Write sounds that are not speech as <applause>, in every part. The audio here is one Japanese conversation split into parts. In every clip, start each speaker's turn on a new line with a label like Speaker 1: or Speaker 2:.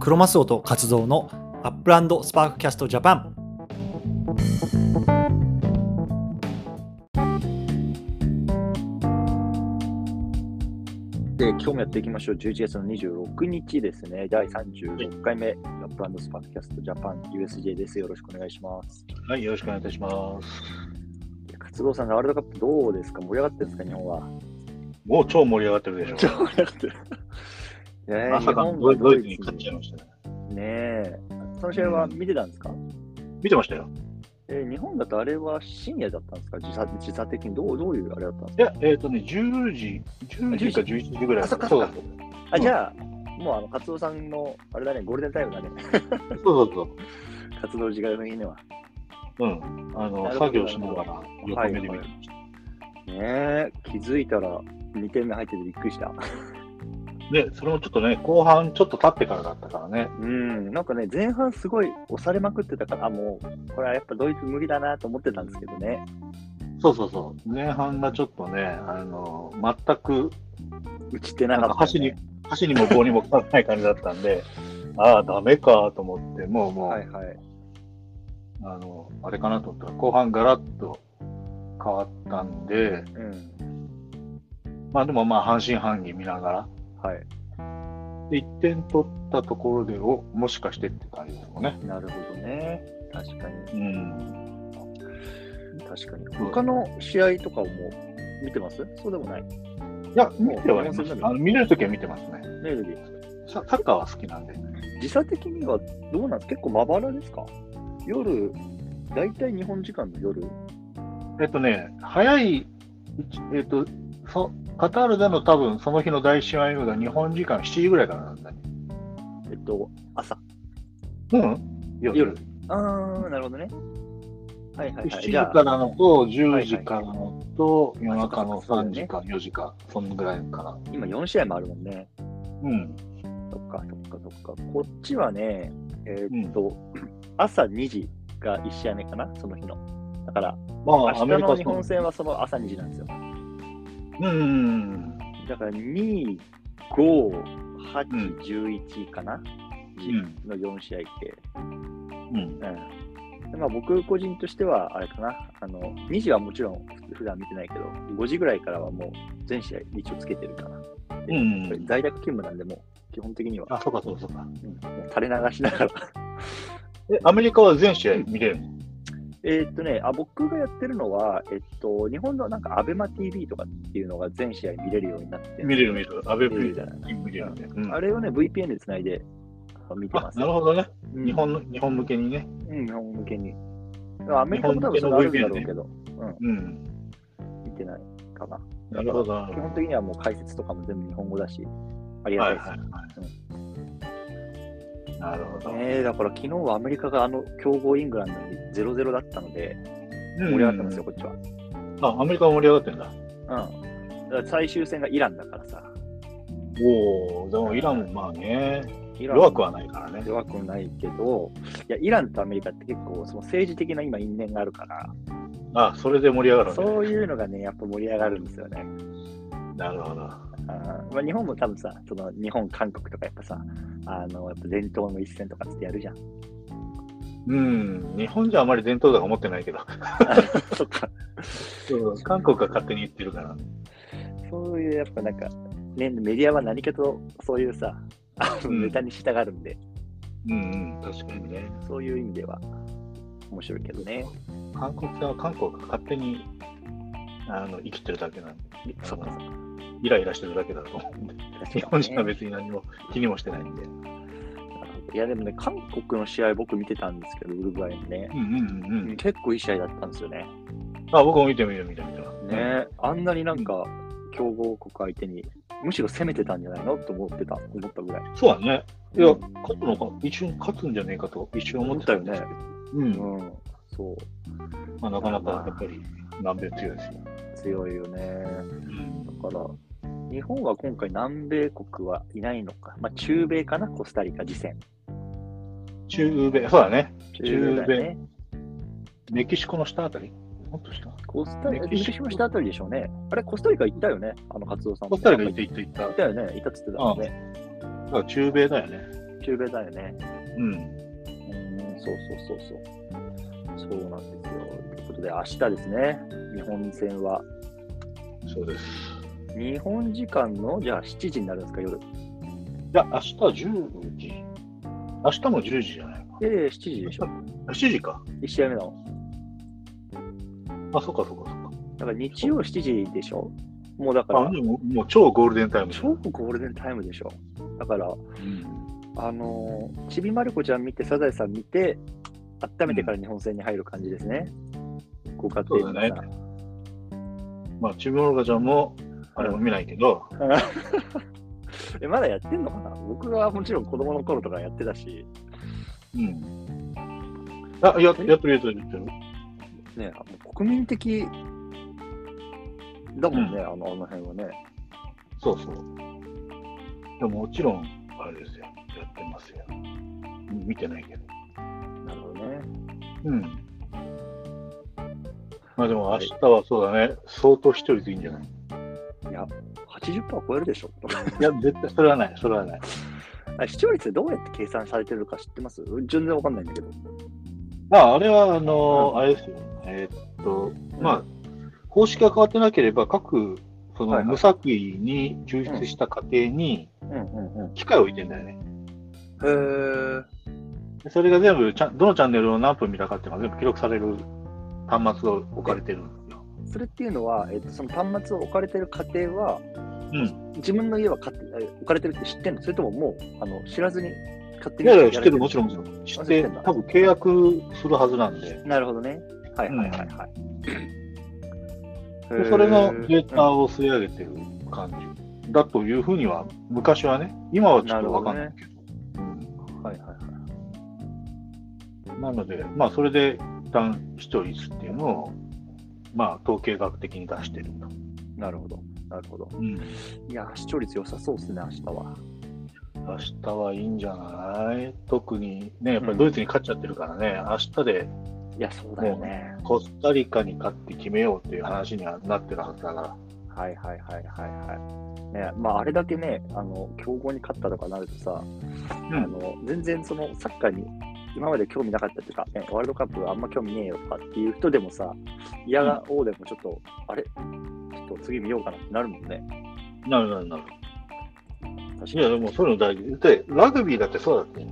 Speaker 1: クロマスオと活動のアップランドスパークキャストジャパン
Speaker 2: で今日もやっていきましょう。11月の26日ですね。第36回目、ラップスパークキャストジャパン USJ です。よろしくお願いします。
Speaker 3: はい、よろしくお願いいたします。
Speaker 2: 活動さんのワールドカップどうですか盛り上がってるんですか日本は。
Speaker 3: もう超盛り上がってるでし
Speaker 2: 盛り
Speaker 3: ょ。
Speaker 2: 上がってる。ねえ
Speaker 3: まさか
Speaker 2: 日
Speaker 3: の
Speaker 2: 本
Speaker 3: ド
Speaker 2: が
Speaker 3: イドイツに勝っちゃいましたね。
Speaker 2: ねえ。その試合は見てたんですか、
Speaker 3: 見てましたよ。
Speaker 2: えー日本だとあれは深夜だったんですか時差時差的にどうどういうあれだったんです
Speaker 3: いや、えっ、とね、10時、10時か11時ぐらい。
Speaker 2: あそっか
Speaker 3: そう
Speaker 2: そっ
Speaker 3: だ
Speaker 2: か
Speaker 3: そうだ
Speaker 2: かあ、じゃあ、もうあの、カツオさんの、あれだね、ゴールデンタイムだね。
Speaker 3: そうそう
Speaker 2: 活動時間の日には。
Speaker 3: そう。うん。あ
Speaker 2: な
Speaker 3: の、
Speaker 2: るほど
Speaker 3: 作業しながら横目で見てました。
Speaker 2: ねえ、気づいたら2点目入っててびっくりした。
Speaker 3: で、それもちょっとね、後半ちょっと経ってからだったからね。
Speaker 2: うん、なんかね、前半すごい押されまくってたから、あもう、これはやっぱドイツ無理だなと思ってたんですけどね。
Speaker 3: そうそうそう。前半がちょっとね、あの、全く
Speaker 2: 打ち手
Speaker 3: な
Speaker 2: なんか
Speaker 3: か
Speaker 2: った、
Speaker 3: 箸に
Speaker 2: ね。、
Speaker 3: 箸にも棒にもかかない感じだったんで、ああ、ダメかと思って、もうもう、
Speaker 2: はいはい。
Speaker 3: あの、あれかなと思ったら、後半ガラッと変わったんで、
Speaker 2: うん。
Speaker 3: まあでもまあ半信半疑見ながら、
Speaker 2: はい。
Speaker 3: で1点取ったところで、おもしかしてって感じですもんね。
Speaker 2: なるほどね。確かに。
Speaker 3: うん。
Speaker 2: 確かに。
Speaker 3: うん
Speaker 2: 他の試合とかをもう見てますそうでもない。
Speaker 3: いや、見てはいま
Speaker 2: もう
Speaker 3: す。あの見れるときは見てますね。
Speaker 2: メルディ
Speaker 3: ササッカーは好きなんで。
Speaker 2: 時差的にはどうなんですか結構まばらですか夜、大体日本時間の夜。
Speaker 3: えっとね、早い、えっと、そカタールでの多分その日の第1試合目が日本時間7時ぐらいからなんだね。
Speaker 2: えっと、朝。
Speaker 3: うん夜
Speaker 2: 夜あー、なるほどね。はいはいは
Speaker 3: 7
Speaker 2: い。
Speaker 3: 時
Speaker 2: じゃあ
Speaker 3: からのと
Speaker 2: はい
Speaker 3: 10時からのと夜中の
Speaker 2: あそうか
Speaker 3: 3時か4時か、そんぐらいから。
Speaker 2: 今4試合もあるもんね。
Speaker 3: うん。
Speaker 2: そっかそっかそっか。こっちはね、えーっと、朝2時が1試合目かな、その日の。だから、
Speaker 3: ま
Speaker 2: 明
Speaker 3: あ、
Speaker 2: 日
Speaker 3: アメリカ
Speaker 2: の
Speaker 3: は
Speaker 2: 日
Speaker 3: そう
Speaker 2: 本戦はその朝2時なんですよ。
Speaker 3: うん。
Speaker 2: だから、2、5、
Speaker 3: う
Speaker 2: 8、11かな、
Speaker 3: うん
Speaker 2: の4試合って。
Speaker 3: う
Speaker 2: う
Speaker 3: ん。
Speaker 2: んでまあ、僕個人としては、あれかなあの、2時はもちろん普段見てないけど、5時ぐらいからはもう全試合一応つけてるかな。
Speaker 3: う
Speaker 2: これ
Speaker 3: ん。
Speaker 2: 在宅勤務なんで、もう基本的には、
Speaker 3: あ、そうかそうかそう
Speaker 2: う
Speaker 3: か。
Speaker 2: んもう垂れ流しながら
Speaker 3: え、アメリカは全試合見れるの
Speaker 2: えーっとね、あ僕がやってるのは、えっと、日本のなんか ABEMATV とかっていうのが全試合見れるようになって、
Speaker 3: 見れる見れる。アベ
Speaker 2: 見れるじ
Speaker 3: プ
Speaker 2: ゃない
Speaker 3: 見れるね。うん
Speaker 2: あれをね、VPN でつないであ見てま
Speaker 3: あ、
Speaker 2: す。
Speaker 3: なるほどね。
Speaker 2: うん
Speaker 3: 日本の、日本向けにね。
Speaker 2: うん日本向けに。アメリカも多分それあるんだろうけど、
Speaker 3: うん。
Speaker 2: うん、見てないかな。
Speaker 3: なるほど。
Speaker 2: 基本的にはもう解説とかも全部日本語だし、ありが
Speaker 3: は
Speaker 2: たい
Speaker 3: いはい
Speaker 2: です。
Speaker 3: はい。なるほど。
Speaker 2: ねえだから昨日はアメリカがあの強豪イングランドに0-0だったので、盛り上がってますよ、こっちは。
Speaker 3: うん。あ、アメリカは盛り上がってんだ。
Speaker 2: うん。だから最終戦がイランだからさ。
Speaker 3: おお、でもイランもまあね、
Speaker 2: イラン
Speaker 3: 弱くはないからね。
Speaker 2: 弱くないけど、いやイランとアメリカって結構その政治的な今因縁があるから、
Speaker 3: あ、それで盛り上がるね。
Speaker 2: そういうのがね、やっぱ盛り上がるんですよね。
Speaker 3: なるほど。
Speaker 2: あーまあ、日本も多分さ、その日本、韓国とかやっぱさ、あのやっぱ伝統の一戦とかつってやるじゃん。
Speaker 3: うん。日本じゃあまり伝統だか思ってないけど、
Speaker 2: <laughs> そっか、
Speaker 3: 韓国が勝手に言ってるから。
Speaker 2: そういうやっぱなんか、ね、メディアは何かとそういうさ、あの
Speaker 3: うん
Speaker 2: ネタにしたがるんで、
Speaker 3: うんうん、確かにね。
Speaker 2: そういう意味では面白いけどね。
Speaker 3: 韓国戦は韓国が勝手にあの生きてるだけなんで、
Speaker 2: そっかそっか
Speaker 3: イライラしてるだけだと思うんで、日本人は別に何も気にもしてないんで。うん
Speaker 2: いやでもね、韓国の試合僕見てたんですけど、ウルグアイのね、
Speaker 3: うんうんうん。
Speaker 2: 結構いい試合だったんですよね。
Speaker 3: あ、僕も見てみる見てみる。
Speaker 2: ね、あんなになんか強豪国相手にむしろ攻めてたんじゃないのと思ってた思ったぐらい
Speaker 3: そうだね。いや、
Speaker 2: うん
Speaker 3: 勝つのか、一瞬勝つんじゃねえかと一瞬思ってたんですけど。うん。
Speaker 2: うんそう
Speaker 3: まあ、なかなかやっぱり南米強いですよ。
Speaker 2: 強いよね
Speaker 3: うん
Speaker 2: だから日本は今回南米国はいないのか、まあ、中米かなコスタリカ次戦
Speaker 3: 中米、そうだね。
Speaker 2: 中米だよね
Speaker 3: メキシコの下あたりもっと下
Speaker 2: コスタリカ
Speaker 3: メ
Speaker 2: メ
Speaker 3: キシコ
Speaker 2: キシコしたあたりでしょうねあれコスタリカ行ったよねあの活動さん
Speaker 3: コスタリカ行って行って行った。
Speaker 2: 行ったよね行ったっつってたもんね
Speaker 3: だから中米だよね。
Speaker 2: う中米だよね。
Speaker 3: うん。
Speaker 2: うん、そうそうそうそう。そうなんですよ。ということで、明日ですね、日本戦は。
Speaker 3: そうです。
Speaker 2: 日本時間の、じゃあ7時になるんですか、夜。
Speaker 3: じゃあ、明日10時。明日も10時じゃないか。
Speaker 2: ええ7時でしょ。
Speaker 3: あ7時か。
Speaker 2: 1試合目なの。
Speaker 3: あ、そうかそうかそう
Speaker 2: だから日曜7時でしょ。もうだか
Speaker 3: か。あ、
Speaker 2: ら、
Speaker 3: でももう超ゴールデンタイムだ
Speaker 2: 超ゴールデンタイムでしょ。だから、
Speaker 3: うん
Speaker 2: あのーちびまる子ちゃん見て、サザエさん見て、温めてから日本戦に入る感じですね。ご家
Speaker 3: そう
Speaker 2: 庭
Speaker 3: だ
Speaker 2: の皆
Speaker 3: ね
Speaker 2: さん。。
Speaker 3: まあ、ちびまる子ちゃんも、あれも見ないけど、
Speaker 2: え、まだやってんのかな僕はもちろん子供の頃とかやってたし、
Speaker 3: うん。あ、ややっとるやっとるやっとる。
Speaker 2: ね、あの国民的だもんね、あのあの辺はね。
Speaker 3: そうそう。でももちろん、あれですよ。やってますよ。見てないけど。
Speaker 2: なるほどね。
Speaker 3: うん。まあでも明日はそうだね。相当一人でいいんじゃない
Speaker 2: いや、80%超えるでしょ。
Speaker 3: <laughs> いや、絶対それはない。それはない。
Speaker 2: あ視聴率どうやって計算されてるか知ってます全然わかんないんだけど。
Speaker 3: まあ、あれは、あの
Speaker 2: うん
Speaker 3: あれですよ。えーっと、まあ、方式が変わってなければ、各、そ
Speaker 2: はいは
Speaker 3: の
Speaker 2: い
Speaker 3: 無作為に抽出した過程に
Speaker 2: うんうんうん。
Speaker 3: 機械を置いてんだよね。
Speaker 2: へー
Speaker 3: でそれが全部ちゃん、どのチャンネルを何分見たかっていうのが全部記録される端末が置かれてるんですよ。
Speaker 2: それっていうのは、えっと、その端末を置かれてる家庭は、
Speaker 3: うん
Speaker 2: 自分の家は買ってえ置かれてるって知ってんのそれとももうあの知らずに勝手
Speaker 3: い
Speaker 2: に
Speaker 3: やいや、知っ
Speaker 2: られ
Speaker 3: てる、もちろん、もちろん。知
Speaker 2: あ
Speaker 3: っ
Speaker 2: 知って
Speaker 3: て
Speaker 2: んだ、
Speaker 3: 多分契約するはずなんで、
Speaker 2: なるほどね。はいはいはいはい。
Speaker 3: でそれのデ
Speaker 2: を
Speaker 3: ータを吸い上げてる感じだというふうには、昔はね、今はちょっとわかんないけど。
Speaker 2: はいはいはい。
Speaker 3: うんなので、まあ、それで一旦視聴率っていうのを、まあ、統計学的に出してると。
Speaker 2: なるほど。なるほど。
Speaker 3: うん、
Speaker 2: いや、視聴率良さそうですね、明日は。
Speaker 3: 明日はいいんじゃない特にね、やっぱりドイツに勝っちゃってるからね、明日で
Speaker 2: いや、そうだよね。
Speaker 3: コスタリカに勝って決めようっていう話にはなってるはずだから。
Speaker 2: はいはいはいはいはい。ね、まあ、あれだけね、あの、強豪に勝ったとかなるとさ、
Speaker 3: ん
Speaker 2: あの、全然そのサッカーに今まで興味なかったっていうか、ね、ワールドカップあんま興味ねえよとかっていう人でもさ、嫌がおうでもちょっと、あれちょっと次見ようかなってなるもんね。
Speaker 3: なるなるなる。
Speaker 2: 確
Speaker 3: いや、でもそういうの大事。で、ラグビーだってそうだって。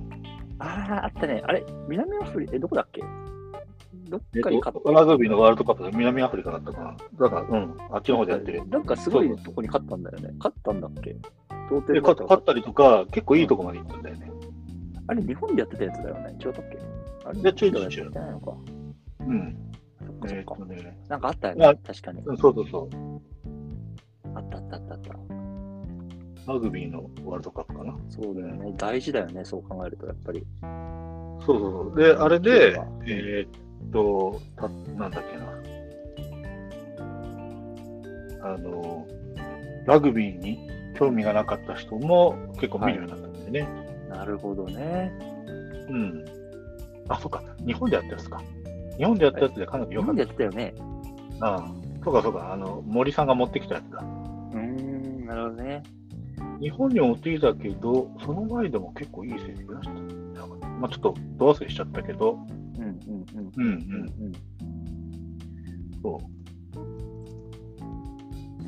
Speaker 2: ああ、あったね。あれ南アフリカ、え、どこだっけどっ
Speaker 3: えっ
Speaker 2: かに勝っ
Speaker 3: と、ラグビーのワールドカップで南アフリカだったかな。だから、うん、あっちの方でやってる。
Speaker 2: なんかすご
Speaker 3: そう
Speaker 2: いとこに勝ったんだよね。勝ったんだっけ同点
Speaker 3: で、
Speaker 2: だか
Speaker 3: 勝勝ったりとか、結構いいとこまで行ったんだよね。
Speaker 2: あれ、日本でやってたやつだよね。違ったっけあれ
Speaker 3: いや違う違う違う
Speaker 2: やってないのか。
Speaker 3: うん。
Speaker 2: そっかそ
Speaker 3: え
Speaker 2: っ
Speaker 3: っと
Speaker 2: か。
Speaker 3: ね、
Speaker 2: なんかあったよ
Speaker 3: いや
Speaker 2: ね。確かに。
Speaker 3: うんそうそうそ
Speaker 2: あったあったあったあった。
Speaker 3: う。ラグビーのワールドカップかな。
Speaker 2: そうだよね。大事だよね。そう考えると、やっぱり。
Speaker 3: そうそうそう。で、あれで
Speaker 2: そうか、
Speaker 3: えーっと、たなんだっけな。あの、ラグビーに興味がなかった人も結構見るようになったんだよね。
Speaker 2: なるほどね。
Speaker 3: うん。あ、そうか。日本でやったやつか。日本でやったやつでかなり
Speaker 2: 日
Speaker 3: 良か
Speaker 2: 本
Speaker 3: っ
Speaker 2: で
Speaker 3: た。
Speaker 2: やってたよね。
Speaker 3: ああそうかそうか。あの、森さんが持ってきたやつだ。
Speaker 2: うーん、なるほどね。
Speaker 3: 日本に持ってきたけど、その前でも結構いい成績出したんだよまあちょっと、ど忘れしちゃったけど、
Speaker 2: うんうんうん。
Speaker 3: うんう、
Speaker 2: うんん
Speaker 3: そう。
Speaker 2: うん、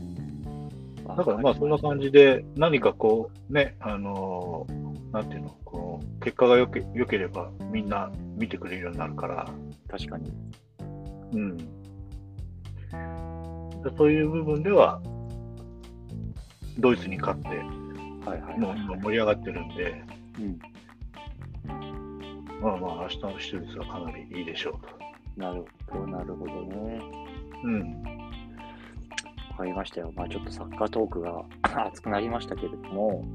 Speaker 3: だからまあそんな感じで、何かこう、ね、あのーなんていうの、こう、結果がよけ良ければ、みんな見てくれるようになるから、
Speaker 2: 確かに。
Speaker 3: うん。そういう部分では、ドイツに勝って、
Speaker 2: はいはい。
Speaker 3: もう今盛り上がってるんで、
Speaker 2: うん
Speaker 3: まあまあ、明日の視聴率はかなりいいでしょうと。
Speaker 2: なるほど、なるほどね。
Speaker 3: うん。
Speaker 2: わかりましたよ。まあちょっとサッカートークが <coughs> 熱くなりましたけれども、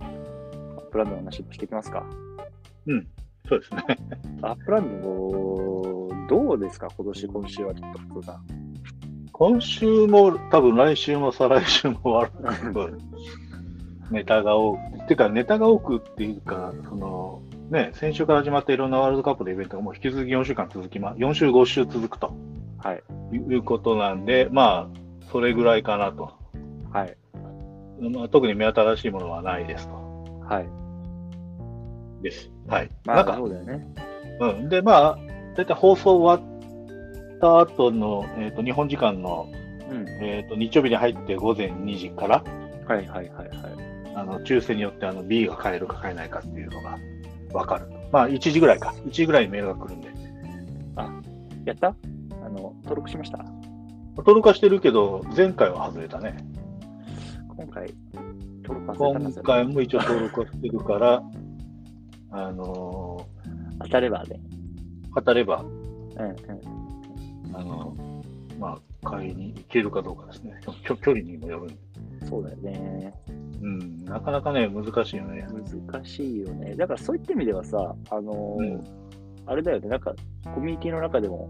Speaker 2: アップランドの話していきますか。
Speaker 3: そうですね。
Speaker 2: アップランド、どうですか今年、今週はちょっと普通だ。
Speaker 3: 今週も、多分来週も再来週もワールドカ <laughs> ップネタが多くて、てかネタが多くっていうか、その、ね、先週から始まったいろんなワールドカップのイベントがもう引き続き4週間続きま、4週5週続くと
Speaker 2: はい。
Speaker 3: いうことなんで、まあ、それぐらいかなと。
Speaker 2: はい。
Speaker 3: まあ、特に目新しいものはないですと。
Speaker 2: はい。
Speaker 3: です。はい。
Speaker 2: ま
Speaker 3: な
Speaker 2: あ
Speaker 3: んか、
Speaker 2: そうだよね。
Speaker 3: うん、で、まあ、大体放送終わった後の、えっ、と、日本時間の、
Speaker 2: うん。
Speaker 3: えっ、と、日曜日に入って午前2時から、
Speaker 2: はいはいはいはい。
Speaker 3: あの、抽選によって、あの、B が買えるか買えないかっていうのがわかる。まあ、1時ぐらいか。1時ぐらいにメールが来るんで。
Speaker 2: やったあの、登録しました
Speaker 3: 登録はしてるけど、前回は外れたね。
Speaker 2: 今回、登録忘れたんで
Speaker 3: 今
Speaker 2: すよ
Speaker 3: 回も一応登録はしてるから、あの
Speaker 2: 当たればね。
Speaker 3: ー当たれば、
Speaker 2: うんうん。
Speaker 3: あのーまあ、買いに行けるかどうかですね。距距離にもよるんで。
Speaker 2: そうだよね。
Speaker 3: うん、なかなかね、難しいよね。
Speaker 2: 難しいよね。だからそういった意味ではさ、あのー
Speaker 3: うん
Speaker 2: あれだよね、なんか、コミュニティの中でも、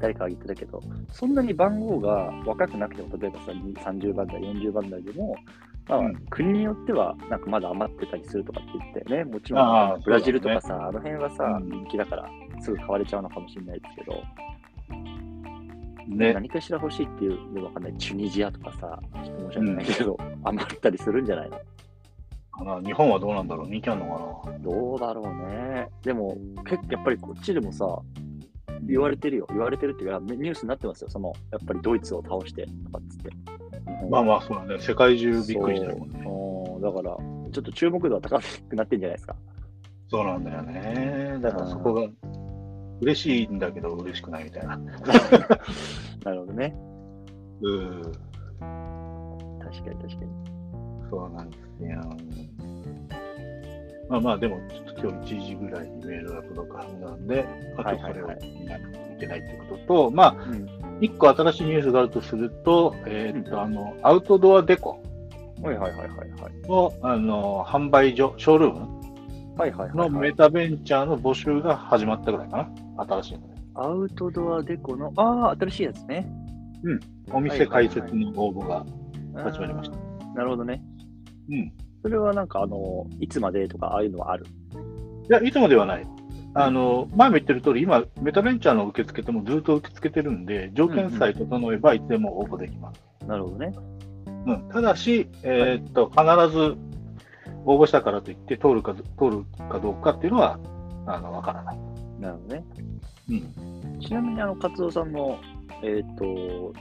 Speaker 2: 誰かが言ってたけど、そんなに番号が若くなくても、例えばさ、に30番台、40番台でも、まあ、
Speaker 3: うん
Speaker 2: 国によっては、なんかまだ余ってたりするとかって言ってたよね。もちろ
Speaker 3: ああ
Speaker 2: ん、ブラジルとかさ、あの辺はさ、
Speaker 3: うん
Speaker 2: 人気だから、すぐ買われちゃうのかもしれないですけど、
Speaker 3: ね、
Speaker 2: 何かしら欲しいっていうのわかんない、チュニジアとかさ、ちょっと申し訳ないけど、余ったりするんじゃないの
Speaker 3: あの日本はどうなんだろう人気あるのか
Speaker 2: どうだろうね。でも、結構やっぱりこっちでもさ、
Speaker 3: な
Speaker 2: 言われてるよ、言われてるっていうか、ニュースになってますよ、そのやっぱりドイツを倒してとかっつって。
Speaker 3: まあまあ、そうだね。世界中びっくりしてるもんね。
Speaker 2: そうだから、ちょっと注目度は高くなってんじゃないですか。
Speaker 3: そうなんだよね。だからそこが、嬉しいんだけど嬉しくないみたいな。
Speaker 2: なるほどね。
Speaker 3: うん。
Speaker 2: 確かに確かに。
Speaker 3: そうなんですね。まあまあ、でも、ちょっと今日1時ぐらいにメールが届くはずなんで、あ
Speaker 2: は
Speaker 3: と
Speaker 2: いはい
Speaker 3: それを
Speaker 2: はい
Speaker 3: 見なきゃいけないってことと、まあ、1個新しいニュースがあるとすると、えーっ
Speaker 2: うん
Speaker 3: と、あの、アウトドアデコ
Speaker 2: はいはいはいはいはい。
Speaker 3: の、あの、販売所、ショールーム
Speaker 2: はいはいは
Speaker 3: の
Speaker 2: い、は
Speaker 3: メ
Speaker 2: い。
Speaker 3: タベンチャーの募集が始まったぐらいかな。新しいのね。
Speaker 2: アウトドアデコの、ああ、新しいやつね。
Speaker 3: お店開設の応募が
Speaker 2: あ
Speaker 3: 始まり
Speaker 2: ー
Speaker 3: ました。
Speaker 2: なるほどね。
Speaker 3: うん。い
Speaker 2: それはなんか、あの、いつまでとか、ああいうのはある。
Speaker 3: や、いつもではない。あの、前も言ってる通り、今、メタベンチャーの受付ともずっと受け付けてるんで、条件さえ整えばいつでも応募できます。
Speaker 2: なるほどね。
Speaker 3: うん、ただし、えーっと、必ず応募したからといって通るか、通るかどうかっていうのは、あの、わからない。
Speaker 2: なるほどね。
Speaker 3: うん。
Speaker 2: ちなみに、あの、カツオさんの、えっ、と、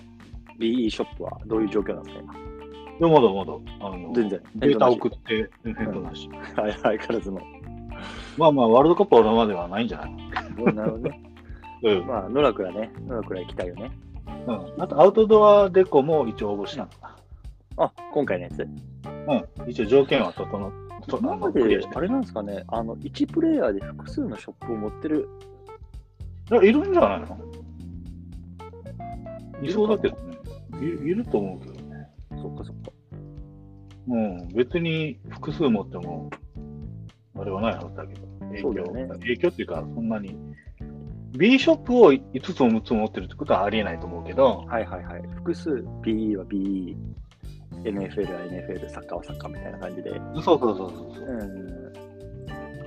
Speaker 2: BE ショップはどういう状況なんですか、今。
Speaker 3: どうもどうもどうもあの
Speaker 2: 全然
Speaker 3: データ送って、変更なし。
Speaker 2: <laughs> はい、相変わらずの。
Speaker 3: まあまあ、ワールドカップは俺まではないんじゃない
Speaker 2: なるほどね。
Speaker 3: うん。
Speaker 2: まあ、野良倉ね。野良倉行きたいよね。
Speaker 3: うんあと、アウトドアデコも一応応募したのか
Speaker 2: あ、今回のやつ。
Speaker 3: な。うん。一応条件は整っ、とあ
Speaker 2: 今ま
Speaker 3: のクリア
Speaker 2: で
Speaker 3: し、て
Speaker 2: あれなんですかね、あの、1プレイヤーで複数のショップを持ってる。
Speaker 3: いや、いるんじゃないのいそうだけどね。いいると思うけどね。
Speaker 2: そっかそっか。
Speaker 3: うん、別に複数持っても、あれはないはずだけど、影
Speaker 2: そうだ
Speaker 3: 響,、
Speaker 2: よね
Speaker 3: 影響っていうか、そんなに。B ショップを5つも6つも持ってるってことはありえないと思うけど、
Speaker 2: はいはいはい。複数、BE は BE、NFL は NFL、サッカーはサッカーみたいな感じで。う
Speaker 3: そうそうそうそうそう、
Speaker 2: ん。なる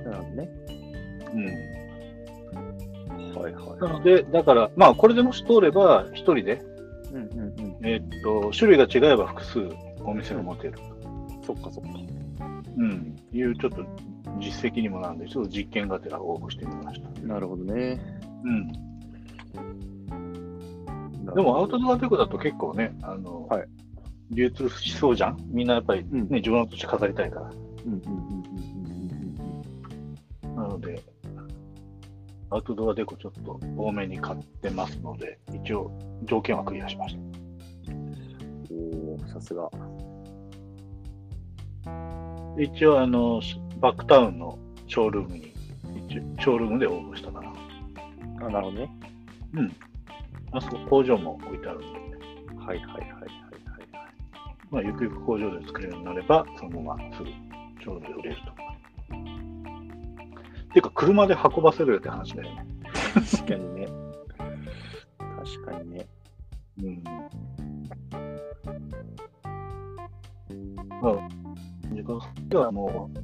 Speaker 2: ほどね。
Speaker 3: うん
Speaker 2: はいはい。
Speaker 3: なので、だから、まあ、これでもし通れば、1人で、
Speaker 2: うんうんうん。
Speaker 3: えーっと、種類が違えば複数お店が持てる、
Speaker 2: そっかそっか。
Speaker 3: うん、いうちょっと実績にもなるんで、ちょっと実験がてら応募してみました。
Speaker 2: なるほどね。
Speaker 3: うん、でもアウトドアテクだと結構ね、あの
Speaker 2: はい
Speaker 3: 流通しそうじゃん。みんなやっぱり、ね
Speaker 2: うん
Speaker 3: 自分の土地飾りたいから。
Speaker 2: うんうんうんうんうんうんうん。
Speaker 3: なので、アウトドアデコちょっと多めに買ってますので、一応条件はクリアしました。
Speaker 2: おーさすが。
Speaker 3: 一応あの、しバックタウンのショールームに、一応ショールームで応募したかな。
Speaker 2: あなるほどね。
Speaker 3: あそこ工場も置いてあるんで、
Speaker 2: はいはいはいはいはい。
Speaker 3: まあ、ゆくゆく工場で作れるようになれば、そのまますぐショールームで売れると。っていうか、車で運ばせるよって話だよね。
Speaker 2: 確かにね。確かにね。
Speaker 3: うんまあ、自分ではもう、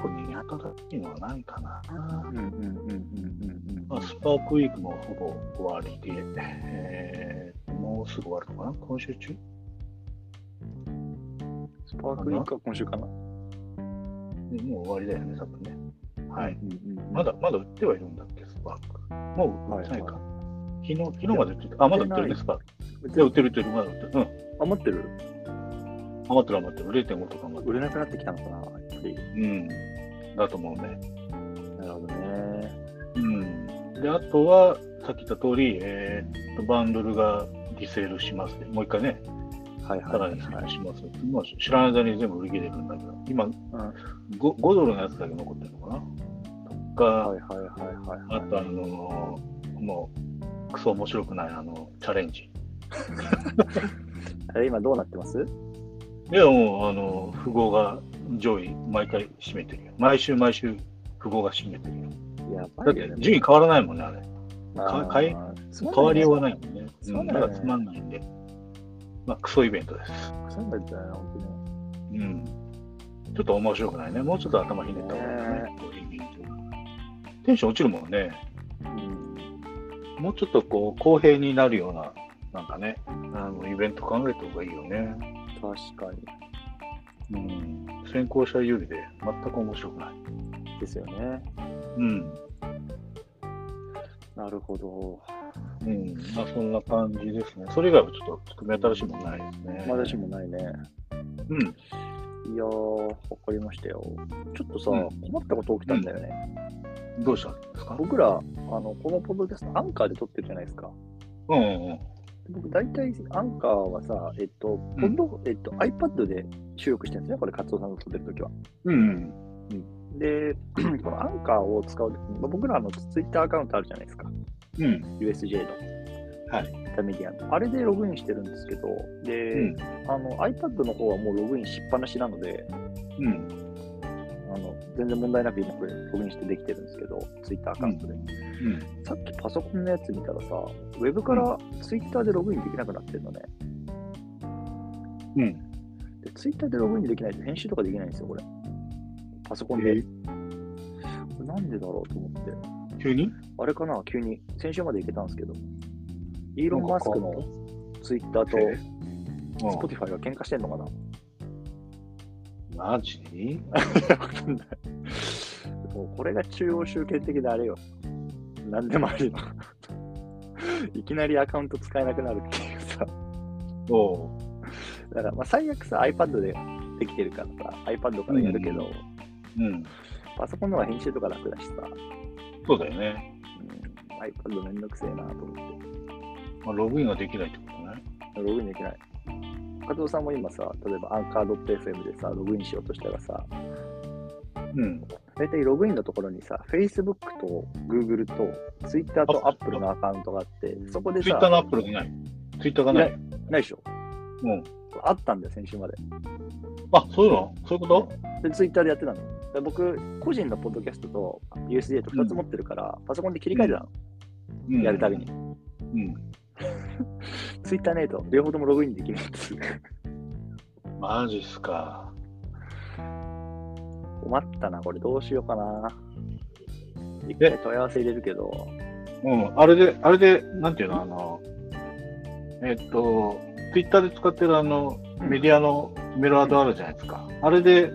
Speaker 3: ここに働きのはないかな。
Speaker 2: うんうんうんうんうん
Speaker 3: まあ、スパークウィークもほぼ終わりで、えー、もうすぐ終わるのかな今週中
Speaker 2: スパークリンクは今週かな。
Speaker 3: ねもう終わりだよね、多分ね。はい。
Speaker 2: うんうんうん
Speaker 3: まだ、まだ売ってはいるんだっけ、スパーク。もう売ってないか。
Speaker 2: は
Speaker 3: 昨日、昨日まで売ってた。あ、まだ売ってるね、スパーク。いや、売ってる売ってる、まだ売ってる。うん。
Speaker 2: あ、持ってる
Speaker 3: 余ってる余ってる。0.5とかまで。
Speaker 2: 売れなくなってきたのかな、やっぱり。
Speaker 3: うん。だと思うね。
Speaker 2: なるほどね。
Speaker 3: うん。で、あとは、さっき言った通り、えーっと、バンドルがリセールしますね。もう一回ね、
Speaker 2: はいは
Speaker 3: さ
Speaker 2: いは
Speaker 3: ら
Speaker 2: い
Speaker 3: にリセー
Speaker 2: は
Speaker 3: ル
Speaker 2: い。
Speaker 3: します。まあ、知らない間に全部売り切れるんだけど、今、5, 5ドルのやつだけ残ってるのかなとか、
Speaker 2: はいはいはいはい
Speaker 3: あ
Speaker 2: はい。
Speaker 3: とあのーもう、クソ面白くないあの、チャレンジ。
Speaker 2: あれ、今どうなってます
Speaker 3: いや、もう、あの、富豪が上位、毎回占めてるよ。毎週毎週、富豪が占めてるよ。
Speaker 2: やば
Speaker 3: だっ
Speaker 2: いよ
Speaker 3: て
Speaker 2: ね、。
Speaker 3: 順位変わらないもんね、あれ。
Speaker 2: あー
Speaker 3: かえ
Speaker 2: つまん
Speaker 3: 変わりよう
Speaker 2: な
Speaker 3: が
Speaker 2: い。
Speaker 3: ないもんね。
Speaker 2: そうだよね
Speaker 3: ん、だからつまんないんで。まあ、クソイベントです。
Speaker 2: つまんないんだよね、本当に。
Speaker 3: うん。ちょっと面白くないね。もうちょっと頭ひねった方がね。こういうイベントテンション落ちるもんね。もうちょっとこう、公平になるような、なんかね、あの、イベント考えた方がいいよね。
Speaker 2: 確か
Speaker 3: うん。先行者有利で、全く面白くない。
Speaker 2: に。ですよね。
Speaker 3: うん。
Speaker 2: なるほど。
Speaker 3: うん。まあ、そんな感じですね。それ以外はちょっと、組み新しいもんないですね。
Speaker 2: まだしもないね。
Speaker 3: うん。
Speaker 2: いやー、わかりましたよ。ちょっとさ、
Speaker 3: うん
Speaker 2: 困ったこと起きたんだよね。
Speaker 3: どうしたんですか
Speaker 2: 僕ら、あの、このポッドキャスト、アンカーで撮ってるじゃないですか。
Speaker 3: うんうんうん。
Speaker 2: 僕、大体、アンカーはさ、えっと、
Speaker 3: うん
Speaker 2: 今度、えっと、iPad で収録してるんですね、これ、カツオさんの撮ってるときは。
Speaker 3: うんうん。
Speaker 2: で、 <clears throat> このアンカーを使うときに、まあ僕らあのツイッターアカウントあるじゃないですか、
Speaker 3: うん。
Speaker 2: USJ の。
Speaker 3: はい
Speaker 2: い。メディアの。あれでログインしてるんですけど、で、
Speaker 3: うん
Speaker 2: あの iPad の方はもうログインしっぱなしなので、
Speaker 3: うん。
Speaker 2: あの全然問題なく今これログインしてできてるんですけど、ツイッターアカウントで。
Speaker 3: うん。
Speaker 2: さっきパソコンのやつ見たらさ、ウェブからツイッターでログインできなくなってるのね。
Speaker 3: うん。
Speaker 2: で、ツイッターでログインできないと編集とかできないんですよ、これ。パソコンで。
Speaker 3: え
Speaker 2: これなんでだろうと思って。
Speaker 3: 急に
Speaker 2: あれかな、急に、先週まで行けたんですけど、イーロン・マスクのツイッターと
Speaker 3: へえ
Speaker 2: Spotify が喧嘩してんのかな
Speaker 3: うんマジ
Speaker 2: もうこれが中央集権的であれよ。なんでもありの。 <laughs> いきなりアカウント使えなくなるっていうさ。
Speaker 3: おう
Speaker 2: だから、まあ、最悪さ、iPad でできてるからさ、iPad からやるけど、
Speaker 3: うん。
Speaker 2: パソコンの方が編集とか楽だしさ、
Speaker 3: そうだよね。
Speaker 2: うん、iPad めんどくせえなと思って。
Speaker 3: まあ、ログインができないってことね。
Speaker 2: ログインできない。加藤さんも今さ、例えばアンカー .fm でさ、ログインしようとしたらさ、
Speaker 3: うん。
Speaker 2: 大体ログインのところにさ、Facebook と Google と Twitter と
Speaker 3: あ
Speaker 2: Apple のアカウントがあって、そこで
Speaker 3: ツイ
Speaker 2: さ
Speaker 3: ッタ、ーのアップルがない。ツイッターがない。
Speaker 2: いないでしょ
Speaker 3: うん。
Speaker 2: あったんだよ、先週まで。
Speaker 3: あ、そういうのそういうこと
Speaker 2: で、Twitter でやってたの。で僕、個人のポッドキャストと USJ と2つ持ってるから、パソコンで切り替えてたの、
Speaker 3: うん。
Speaker 2: やるたびに。
Speaker 3: うん。
Speaker 2: Twitter ねえと、両方ともログインできないっつう <laughs>
Speaker 3: マジっすか。
Speaker 2: 困ったな、これどうしようかな。一
Speaker 3: え
Speaker 2: 回問い合わせ入れるけど、
Speaker 3: うん。あれで、あれで、なんていうのあの、えっと、ツイッターで使ってるあの、
Speaker 2: うん
Speaker 3: メディアのメールアドあるじゃないですか。あれで、
Speaker 2: ん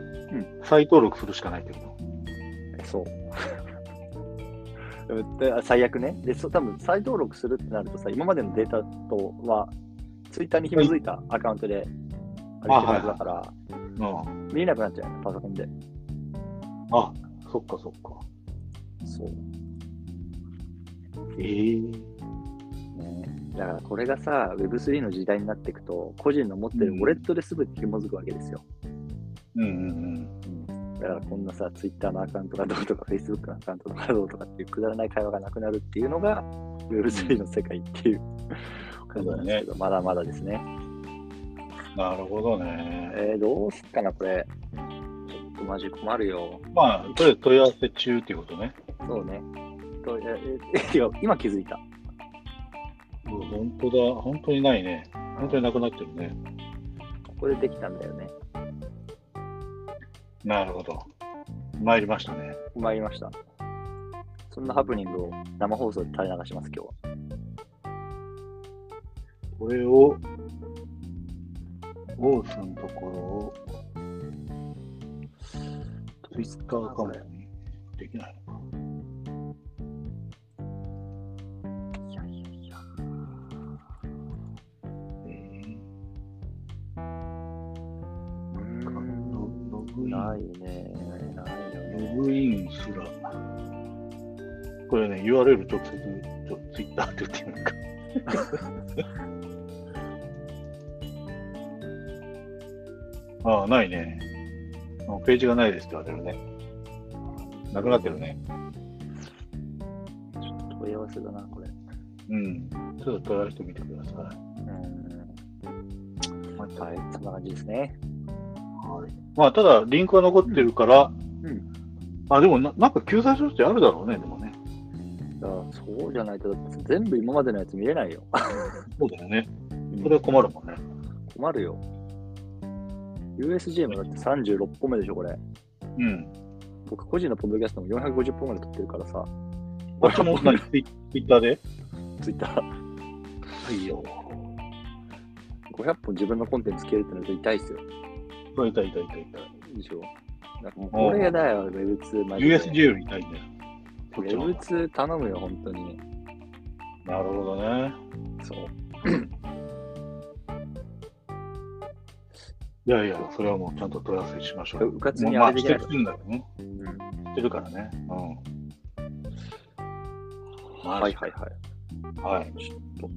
Speaker 3: 再登録するしかないってこ
Speaker 2: そう。 <laughs> で最悪ね。で、そう多分再登録するってなるとさ、今までのデータとは、ツイッターに紐づいたアカウントで、あれしてるはずだから、
Speaker 3: と。うん。
Speaker 2: 見れなくなっちゃうよねパソコンで。
Speaker 3: あ、そっかそっか。
Speaker 2: そう。
Speaker 3: ええ
Speaker 2: ね、だからこれがさ、Web3 の時代になっていくと、個人の持ってるウォレットで全て紐づくわけですよ。
Speaker 3: うんうん
Speaker 2: だからこんなさ、ツイッターのアカウントがどうとか、Facebook のアカウントがどうとかっていうくだらない会話がなくなるっていうのが、Web3 の世界っていう感じなんですけど、まだまだですね。
Speaker 3: うん。なるほどね。
Speaker 2: えー、どうすっかな、これ。ちょっとマジ困るよ。
Speaker 3: まあ、とりあえず問い合わせ中っていうことね。
Speaker 2: そうね。とええいや今気づいた。
Speaker 3: うん本当だ、本当にないね。本当になくなってるね。
Speaker 2: ここでできたんだよね。
Speaker 3: なるほど。参りましたね。
Speaker 2: 参りました。そんなハプニングを生放送で垂れ流します、今日は。
Speaker 3: これを、オースのところを、ツイ
Speaker 2: 必須
Speaker 3: か
Speaker 2: かな、
Speaker 3: か
Speaker 2: こ
Speaker 3: も
Speaker 2: れ。。
Speaker 3: できないのか。
Speaker 2: いやいやいや。
Speaker 3: うん
Speaker 2: うーん。
Speaker 3: ログイン。
Speaker 2: ないね。ないよね。
Speaker 3: ログインすら。これね、URL 直接、ちょ Twitter でっていうか。 <laughs> ああ、ないね。もうページがないですって言われるね。なくなってるね。
Speaker 2: ちょっと問い合わせだな、これ。
Speaker 3: うん。ちょっと問い合わせてみてくださ
Speaker 2: う
Speaker 3: い。
Speaker 2: ん。はい、そんな感じですね。
Speaker 3: まあ、ただ、リンクは残ってるから、
Speaker 2: うん
Speaker 3: あ、でもな、なんか救済措置あるだろうね、でもね。
Speaker 2: いやそうじゃないと、だって全部今までのやつ見れないよ。
Speaker 3: そうだよね。それは困るもんね。
Speaker 2: 困るよ。USJ もだって36本目でしょ、これ。
Speaker 3: うん。
Speaker 2: 僕、個人のポッドキャストも450本まで撮ってるからさ、
Speaker 3: これも、何、ツイッターで
Speaker 2: ツイッター
Speaker 3: はいよ。
Speaker 2: 500本自分のコンテンツ消えるってのは痛いっすよ。
Speaker 3: そう、いたいたいたいた。
Speaker 2: でしょ。だからもうこれだよ、Web2 マジで。
Speaker 3: USJ より痛いんだよ。こっちの方が
Speaker 2: Web2 頼むよ、本当に。
Speaker 3: なるほどね。
Speaker 2: そう。
Speaker 3: いやいや、それはもうちゃんと問い合わせしましょう。
Speaker 2: うかつ
Speaker 3: もう
Speaker 2: に
Speaker 3: ま
Speaker 2: あ
Speaker 3: あ、
Speaker 2: れで
Speaker 3: し
Speaker 2: き
Speaker 3: て
Speaker 2: ないか
Speaker 3: るんだけどね。
Speaker 2: ら。うん
Speaker 3: してるからね。うん。
Speaker 2: はいはいはい。
Speaker 3: い。はい。
Speaker 2: ちょっと、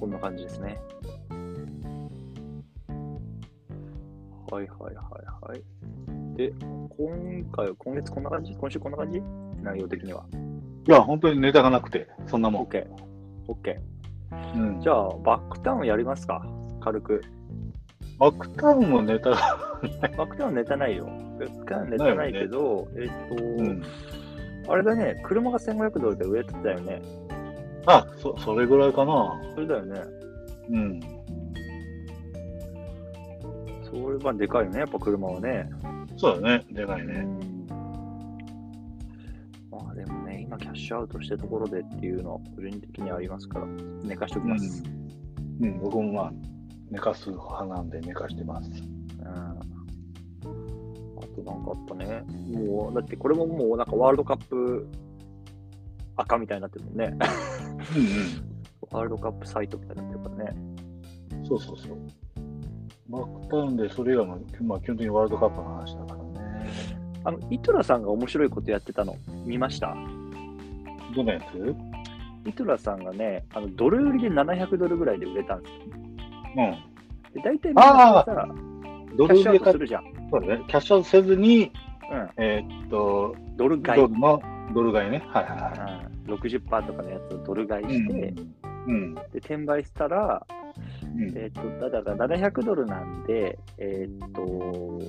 Speaker 2: こんな感じですね。はいはいはいはい。で、今回は、今月こんな感じ今週こんな感じ内容的には。
Speaker 3: いや、本当にネタがなくて、そんなもん。
Speaker 2: OK。OK。
Speaker 3: うん、
Speaker 2: じゃあ、バックタウンやりますか軽く。
Speaker 3: バックタウンのネタが、
Speaker 2: バックタウンネタないよ。バックタウンネタないけど、えっと、
Speaker 3: うん、
Speaker 2: あれだね、車が1500ドルで上ってたよね。
Speaker 3: あそ、それぐらいかな。
Speaker 2: それだよね。
Speaker 3: うん。
Speaker 2: それはでかいよね、やっぱ車はね。
Speaker 3: そうだね。でかいね。
Speaker 2: まあでもね、今キャッシュアウトしたところでっていうのは個人的にありますから、寝かしておき
Speaker 3: う
Speaker 2: ます。
Speaker 3: ん。うん、僕もまあ、寝かす派なんで寝かしてます。
Speaker 2: うん。あとなんかあったね。もう、だってこれももうなんかワールドカップ赤みたいになってるもんね。 <laughs>
Speaker 3: うん
Speaker 2: ワールドカップサイトみたいになってるからね。
Speaker 3: うん。そうそうそう。バックタウンでそれ以外も、まあ基本的にワールドカップの話だからね。
Speaker 2: あの、イトラさんが面白いことやってたの、見ました
Speaker 3: どんなやつうん。
Speaker 2: イトラさんがね、あのドル売りで700ドルぐらいで売れたんですよ。で、大体みんな
Speaker 3: あー
Speaker 2: さ、キ
Speaker 3: ド
Speaker 2: ャッ
Speaker 3: ル
Speaker 2: シュア
Speaker 3: で
Speaker 2: ウト
Speaker 3: 買っ
Speaker 2: するじゃん。
Speaker 3: たね。キャッシュアウトせずに、
Speaker 2: うん。
Speaker 3: えーっと、
Speaker 2: ドル買い
Speaker 3: ド。ルのドル買いね。はいはいは
Speaker 2: うん60%とかのやつをドル買い
Speaker 3: い。
Speaker 2: して、
Speaker 3: うん
Speaker 2: で
Speaker 3: うん。
Speaker 2: 転売したら、
Speaker 3: うん。
Speaker 2: えっとだから700ドルなんで、えっと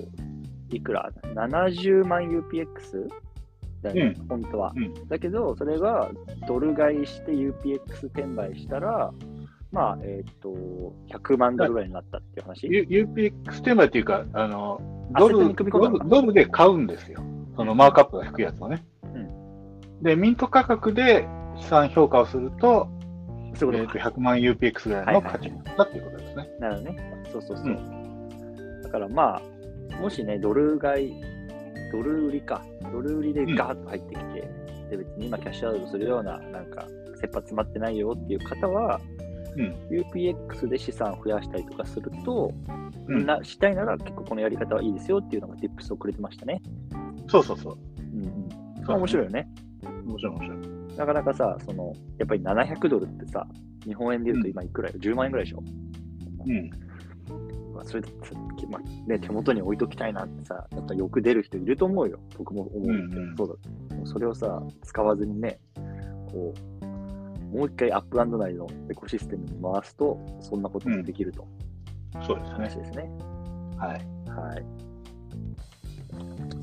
Speaker 2: いくら ?70 万 UPX だよね、本当は、
Speaker 3: うん
Speaker 2: だけど、それがドル買いして UPX 転売したら、まあえっと100万ドルぐらいになったっていう話。
Speaker 3: U- UPX テーマっていうか、あの
Speaker 2: アセ
Speaker 3: ド
Speaker 2: ット
Speaker 3: ル
Speaker 2: に組み込んだ
Speaker 3: ド
Speaker 2: のか
Speaker 3: ルドルで買うんですよ、そのマークアップが低いやつをね。
Speaker 2: う
Speaker 3: で、ミント価格で資産評価をすると、
Speaker 2: そうい
Speaker 3: え
Speaker 2: う
Speaker 3: ー
Speaker 2: こととか
Speaker 3: 100万 UPX ぐらいの価値になったっていうことですね。
Speaker 2: なるね。そうそうそう。
Speaker 3: う
Speaker 2: だからまあ、もしね、ドル買い、ドル売りか、ドル売りでガーッと入ってきて、で別に今キャッシュアウトするような、なんか、切羽詰まってないよっていう方は、
Speaker 3: うん。
Speaker 2: UPX で資産を増やしたりとかすると、
Speaker 3: う
Speaker 2: みん
Speaker 3: ん、
Speaker 2: なしたいなら結構このやり方はいいですよっていうのが tips をくれてましたね。
Speaker 3: そうそうそう。
Speaker 2: うんうん。面白いよね。
Speaker 3: 面白い面白い。
Speaker 2: なかなかさ、その、やっぱり700ドルってさ、日本円で言うと今いくらよ、?10 万円ぐらいでしょ
Speaker 3: うん。
Speaker 2: まあそれだってまあね、手元に置いときたいなってさ、やっぱよく出る人いると思うよ、僕も思うけど、
Speaker 3: うんうん
Speaker 2: そうだもうそれをさ、使わずにね、こう、もう一回アップランド内のエコシステムに回すと、そんなこともできると、
Speaker 3: そうです
Speaker 2: 話
Speaker 3: ね。
Speaker 2: ですね。
Speaker 3: はい。
Speaker 2: はい。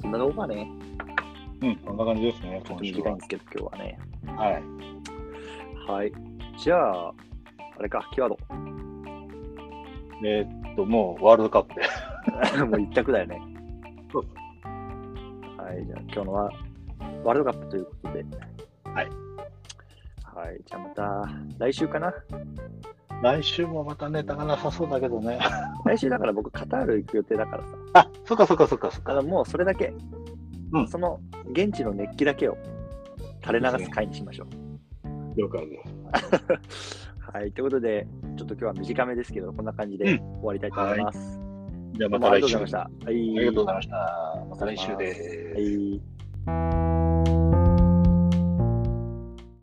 Speaker 2: そんなとこがね、
Speaker 3: うん、こんな感じですね、
Speaker 2: ちょっ
Speaker 3: 今
Speaker 2: と
Speaker 3: 週
Speaker 2: 短いん
Speaker 3: は
Speaker 2: で。すけど、今日はね。
Speaker 3: はい。
Speaker 2: はい。じゃあ、あれか、キーワー
Speaker 3: えーっと、もうワールドカップで。
Speaker 2: ド。 <laughs> もう一択だよね。
Speaker 3: そう
Speaker 2: はい、じゃあ今日のはワールドカップということで。
Speaker 3: はい。
Speaker 2: はい、じゃあまた来週かな
Speaker 3: <laughs> 来週もまたネタがなさそうだけどね。
Speaker 2: 来週だから僕、カタール行く予定だからさ。
Speaker 3: <laughs> あ、そっかそっかそっかそっ
Speaker 2: あ
Speaker 3: か。
Speaker 2: のもうそれだけ、
Speaker 3: うん
Speaker 2: その現地の熱気だけを垂れ流す回にしましょう。
Speaker 3: 了解です。
Speaker 2: はい、ということで、ちょっと今日は短めですけど、こんな感じ
Speaker 3: う
Speaker 2: で終わりたいと思います。
Speaker 3: じゃ
Speaker 2: ど
Speaker 3: あ
Speaker 2: う
Speaker 3: ま
Speaker 2: も
Speaker 3: た
Speaker 2: あり
Speaker 3: 来
Speaker 2: がとうご
Speaker 3: 週。
Speaker 2: ざいました。あ
Speaker 3: ありがとうございました。また来週です。
Speaker 2: はい